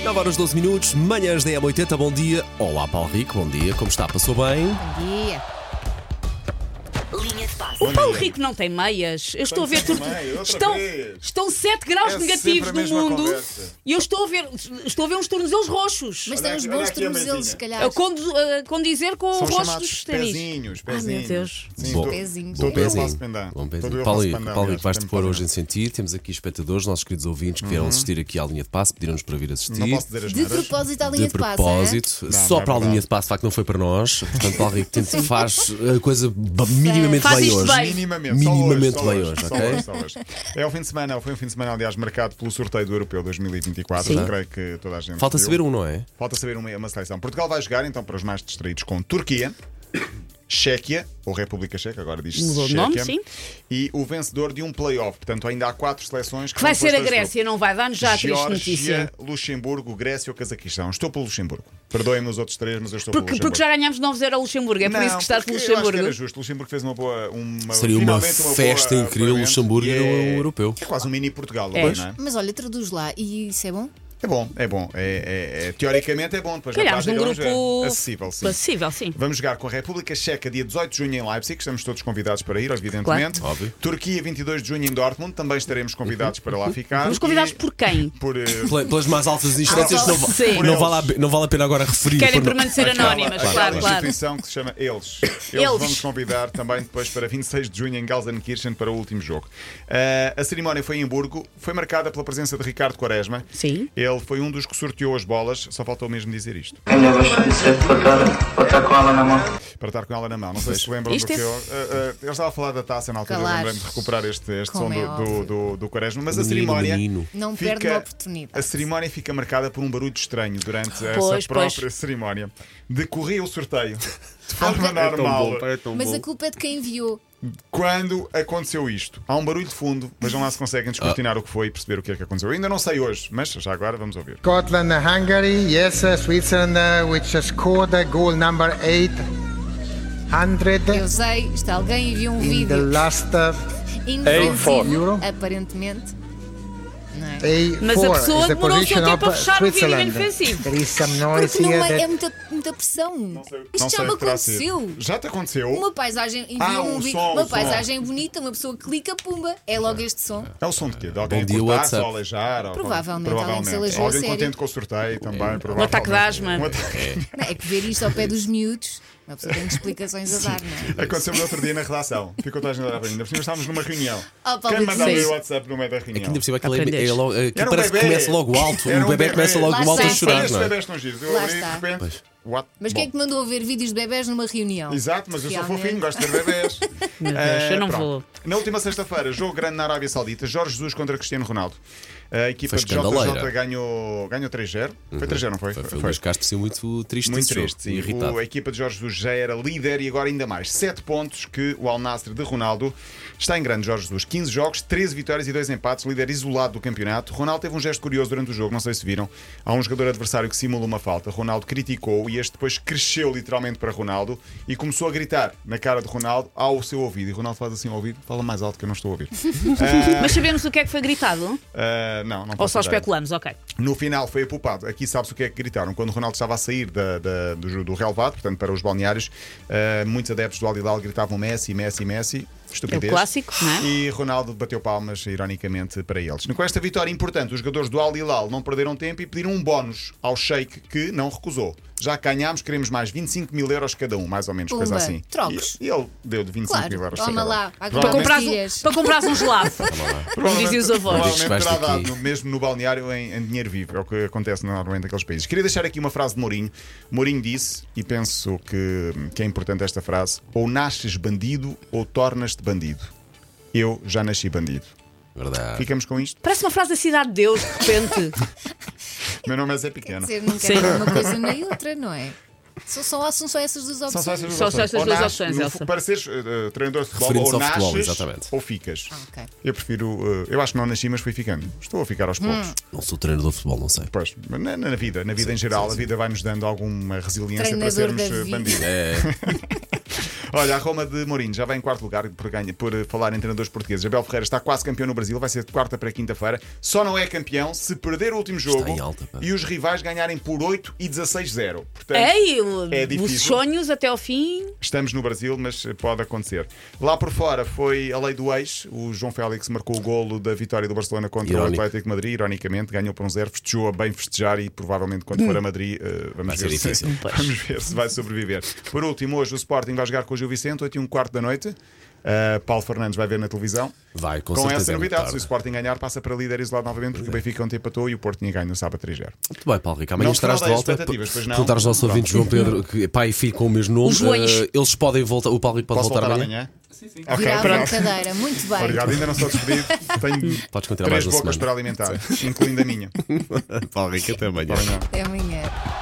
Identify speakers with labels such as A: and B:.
A: 9 horas 12 minutos, manhãs da M80, bom dia. Olá, Paulo Rico, bom dia, como está? Passou bem?
B: Dia.
C: Linha de passe.
B: O Paulo Rico Tipo, não tem meias. Eu estou a ver
D: Tem
B: tudo.
D: meias, outra
B: Estão,
D: vez.
B: estão 7 graus
D: É sempre
B: negativos
D: a
B: no
D: mesma
B: mundo.
D: conversa.
B: E eu estou a ver, estou a ver uns tornozelos roxos.
E: Mas tem
D: Olha
E: uns
D: aqui- olha
E: bons
D: aqui a mãozinha.
E: tornozelos, se calhar.
B: a, condu- a condizer com
D: São
B: o rosto
D: chamados
B: dos ténis.
D: pezinhos,
B: Ai, meu
D: pezinhos.
B: Deus.
D: Sim,
A: Bom,
D: todo-
E: pezinhos.
D: todo
E: Bom
D: eu
E: pezinho.
D: faço pendar.
A: Bom pezinho.
D: Todo eu
A: Paulo
D: faço
A: Rico,
D: pendar,
A: Paulo Rico,
D: aliás,
A: vais-te
D: tenho
A: pôr
D: que
A: hoje em
D: fazer.
A: sentir. Temos aqui espectadores, nossos queridos ouvintes que vieram assistir aqui à linha de passe, pediram-nos para vir assistir.
D: Não posso dizer as
E: De
D: neiras.
E: propósito à linha
A: de
E: de, é? passe. hein?
A: propósito,
D: Não,
A: só
D: não é
A: para a
D: verdade.
A: linha de passe, de facto, não foi para nós. Portanto, Paulo Rico, tenta, faz a coisa b- minimamente
B: Faz
A: bem
B: isto
A: hoje.
B: bem.
D: Minimamente, só
A: Minimamente
D: só
A: bem hoje,
D: só
A: ok?
D: só hoje. É o fim de semana, foi um fim de semana, aliás, marcado pelo sorteio do Europeu 2024.
B: Sim.
D: Creio que toda a gente.
A: Falta
D: viu.
A: saber um, não é?
D: Falta saber uma, uma seleção. Portugal vai jogar, então, para os mais distraídos, com Turquia, Chequia, ou República Checa, agora diz-se
B: Mudou de
D: Chequia,
B: nome, sim.
D: e o vencedor de um playoff. Portanto, ainda há quatro seleções que
B: Que vai
D: vão
B: ser a
D: depois deste
B: Grécia, não vai dar-nos já a triste
D: Geórgia,
B: notícia.
D: Luxemburgo, Grécia ou Cazaquistão. Estou pelo Luxemburgo. Perdoem-me os outros três, mas eu estou
B: Porque,
D: pelo
B: porque
D: Luxemburgo.
B: já ganhámos 9-0 a Luxemburgo, é por
D: Não,
B: isso que está de
D: porque eu acho que
B: Luxemburgo.
D: Era justo. Luxemburgo fez uma boa. Uma,
A: Seria uma
D: finalmente uma
A: festa
D: boa
A: incrível.
D: aparente.
A: Luxemburgo
D: E
A: era
D: é-
A: um europeu.
D: É quase um mini Portugal,
B: É.
D: agora, não é?
E: Mas olha, traduz lá. E isso é bom?
D: É bom, é bom. É, é- é- teoricamente é bom. Depois na
B: Calhámos num
D: prática vamos ver.
B: um grupo
D: acessível, sim.
B: Acessível, sim.
D: Vamos jogar com a República Checa dia 18 de junho em Leipzig, estamos todos convidados para ir, evidentemente.
A: Claro. Óbvio.
D: Turquia 22 de junho em Dortmund, também estaremos convidados para lá ficar.
B: Mas Uhum. convidados
D: E
B: por quem?
D: por, eh,
A: Pela- Pelas mais altas instâncias,
E: Ah,
A: não, va-
B: sim.
A: não vale a, não vale a pena agora referir.
B: Querem
A: para não-
B: permanecer anónimas,
D: aquela-
B: claro,
D: aquela
B: claro.
D: instituição que se chama Eles. Eles,
B: Eles.
D: vamos convidar também depois para 26 de junho em Gelsenkirchen para o último jogo. Ah, a cerimónia foi em Hamburgo, foi marcada pela presença de Ricardo Quaresma.
B: Sim.
D: Ele foi um dos que sorteou as bolas, só faltou mesmo dizer isto.
F: Ganhavas sempre para estar, para estar com ela na mão.
D: Para estar com ela na mão, não sei se lembram do
B: Isto
D: que
B: é-
D: eu. ah, ah, eu estava a falar da taça na altura,
E: Claro.
D: lembrei-me de recuperar este, este som
E: Como é
D: do, do,
E: óbvio.
D: do- do Quaresma, mas a
A: Menino,
D: cerimónia.
A: menino.
E: Não
D: Fica-
E: perde uma oportunidade.
D: A cerimónia fica marcada por um barulho estranho durante
B: Pois,
D: essa
B: pois.
D: própria cerimónia. Decorria o sorteio de forma normal.
E: Mas a culpa é de quem enviou.
D: Quando aconteceu isto, há um barulho de fundo. Vejam lá se conseguem
A: Ah.
D: descortinar o que foi e perceber o que é que aconteceu. Eu ainda não sei hoje, mas já agora vamos ouvir.
G: Scotland and Hungary. Yes, uh, Switzerland, uh, which has scored uh, goal number 800
E: Eu sei, está alguém enviou um
G: in the
E: vídeo
G: last uh,
E: inofensivo,
G: Euro.
E: aparentemente. Não é?
G: A4
B: Mas a pessoa demorou o
G: is the
B: seu
G: position
B: tempo a
G: of uh,
B: fechar o vídeo
G: Switzerland.
B: inofensivo.
G: There is some noise
E: Porque não
G: here
E: é, é
G: that
E: muita, muita pressão. Isto
D: Não
E: já
D: sei
E: me
D: o que terá sido.
E: aconteceu.
D: Já te aconteceu?
E: Uma paisagem envia
D: Ah,
E: um
D: o
E: vídeo,
D: som,
E: uma
D: o som.
E: paisagem bonita, uma pessoa clica, pumba, é logo este som.
D: É o som de quê? De alguém
A: Bom
D: a
A: dia,
D: cortar-se
A: WhatsApp.
D: ou aleijar? ou-
E: Provavelmente, alguém que se aleijou a
D: Alguém
E: sério.
D: contente com o sorteio também,
A: Um
D: provavelmente.
B: ataque de asma.
D: Um ataque.
E: Não, é que ver isto ao pé dos miúdos, uma pessoa tem explicações a dar, não é?
D: Aconteceu no outro dia na redação. Ficou toda a gente a olhar para mim. Ainda por cima estávamos numa reunião.
E: Ah, Paulo,
D: Quem mandava
B: sim.
D: o WhatsApp no meio da reunião?
A: Aqui ainda por cima, aquele é,
B: Aprendeste.
A: é logo, aquilo
D: Era um
A: parece que
D: bebê.
A: começa logo alto.
D: Era
A: o
D: um
A: bebê,
D: bebê.
A: começa logo
E: Lá
A: alto a
E: está.
A: chorar,
D: Este
A: não é?
D: bebés não giros. Eu
E: Lá
D: abri
E: está.
D: de repente. What?
E: Mas quem é
D: Bom.
E: que mandou ver vídeos de bebés numa reunião?
D: Exato, mas eu sou
E: Realmente.
D: fofinho, gosto de ter bebés. Eh,
B: Meu Deus, eu não
D: pronto.
B: vou.
D: Na última sexta-feira, jogo grande na Arábia Saudita, Jorge Jesus contra Cristiano Ronaldo. A equipa
A: Foi
D: de JJ
A: escandaleira.
D: ganhou, ganhou 3-0. Foi 3-0, não foi?
A: Foi, foi. O Luís Castro saiu muito triste,
D: Muito
A: esse jogo,
D: triste.
A: e
D: sim.
A: irritado.
D: O- a equipa de Jorge Jesus já era líder e agora ainda mais. 7 pontos que o Al Nassr de Ronaldo está em grande. Jorge Jesus, 15 jogos, 13 vitórias e 2 empates, líder isolado do campeonato. Ronaldo teve um gesto curioso durante o jogo, não sei se viram. Há um jogador adversário que simula uma falta. Ronaldo criticou e este depois cresceu literalmente para Ronaldo e começou a gritar na cara de Ronaldo ao seu ouvido. E Ronaldo faz assim ao ouvido, fala mais alto que eu não estou a ouvir.
B: Mas sabemos o que é que foi gritado?
D: Ah, não, não
B: Ou
D: posso
B: só
D: dar.
B: especulamos? Ok.
D: No final foi apupado. Aqui sabes o que é que gritaram. Quando o Ronaldo estava a sair da- da- do, do relevado, portanto, para os balneários, eh, muitos adeptos do Al Hilal gritavam Messi, Messi, Messi. Estupidez.
B: É o clássico, não é?
D: E Ronaldo bateu palmas, ironicamente, para eles. Com esta vitória importante, os jogadores do Al Hilal não perderam tempo e pediram um bónus ao Sheik, que não recusou. Já que ganhámos, queremos mais 25 mil euros cada um, mais ou menos, coisa
E: Pumba,
D: assim.
E: trocos.
D: E ele deu de 25
E: Claro,
D: mil euros
E: toma
D: cada um.
E: lá, agora
B: Para
D: Provavelmente-
B: comprares
E: Dias.
B: um, para comprares um gelado. Como diziam os
A: Provavelmente-
B: avós.
D: Provavelmente
A: vais
D: terá
A: daqui.
D: dado no- mesmo no balneário em, em dinheiro vivo. É o que acontece normalmente naqueles países. Queria deixar aqui uma frase de Mourinho. Mourinho disse, e penso que, que é importante esta frase: ou nasces bandido ou tornas-te bandido. Eu já nasci bandido.
A: Verdade.
D: Ficamos com isto.
B: Parece uma frase da Cidade de Deus, de repente.
D: Meu nome é Zé
E: Quer
D: Pequeno.
E: dizer, não
B: Sim.
E: quer dizer uma coisa nem outra, não é? São só, são só essas duas opções.
D: São só essas
B: São
D: duas
B: só
D: opções.
B: estas
D: Ou
B: duas
D: nasces-
B: opções,
D: no-
B: Elsa.
D: Para seres eh, eh, treinador de futebol,
A: Referindo-se
D: ou
A: ao
D: nasces
A: futebol, exatamente.
D: ou ficas.
E: Ah, ok.
D: Eu prefiro. eh, eu acho que não nasci, mas fui ficando. Estou a ficar aos poucos.
A: Não sou treinador de futebol, não sei.
D: Pois, na, na vida, na vida em geral, a vida vai-nos dando alguma resiliência para
E: Treinador
D: sermos
E: da
D: eh,
E: vida.
D: bandidos. Olha, a Roma de Mourinho já vai em quarto lugar por, ganha, por eh, falar em treinadores portugueses. Abel Ferreira está quase campeão no Brasil, vai ser de quarta para quinta-feira. Só não é campeão se perder o último jogo
A: em alta, pá.
D: e os rivais ganharem por 8 e 16-0. Portanto,
B: Ei, o-
D: É difícil.
B: os sonhos até ao fim.
D: Estamos no Brasil, mas pode acontecer. Lá por fora foi a lei do ex. O João Félix marcou o golo da vitória do Barcelona contra
A: Irónico.
D: o Atlético de Madrid. Ironicamente, ganhou por um zero, festejou a bem festejar e provavelmente quando for a Madrid eh, vamos,
A: Vai ser
D: ver se,
A: difícil.
D: vamos ver se vai sobreviver. Por último, hoje o Sporting vai jogar com o Gil Vicente, 8 e um quarto da noite. Eh, Paulo Fernandes vai ver na televisão.
A: Vai, com,
D: Com,
A: certeza.
D: essa
A: é muito
D: novidade, se o
A: tarde. é.
D: Sporting ganhar, passa para líder isolado novamente, porque o Benfica ontem empatou e o Porto tinha ganho no sábado 3-0.
A: Muito bem, Paulo Rico. Amanhã
D: Não
A: estarás de
D: defraudei
A: volta.
D: as expectativas, pois não?
A: Perguntar aos nossos
D: Pronto.
A: ouvintes, João Pedro, que é pai e filho com o mesmo nome.
B: Os joelhos.
A: eh, eles podem voltar. O Paulo Rico pode
D: Posso
A: voltar,
D: voltar
A: amanhã?
D: amanhã? Sim, sim. Ok,
E: Virar
D: pronto.
E: a cadeira. Muito bem.
D: Obrigado, ainda não sou despedido. Tenho
A: Podes continuar
D: três
A: mais uma
D: bocas
A: semana.
D: para alimentar, incluindo a minha.
A: Paulo Rico, até amanhã.
E: Até amanhã.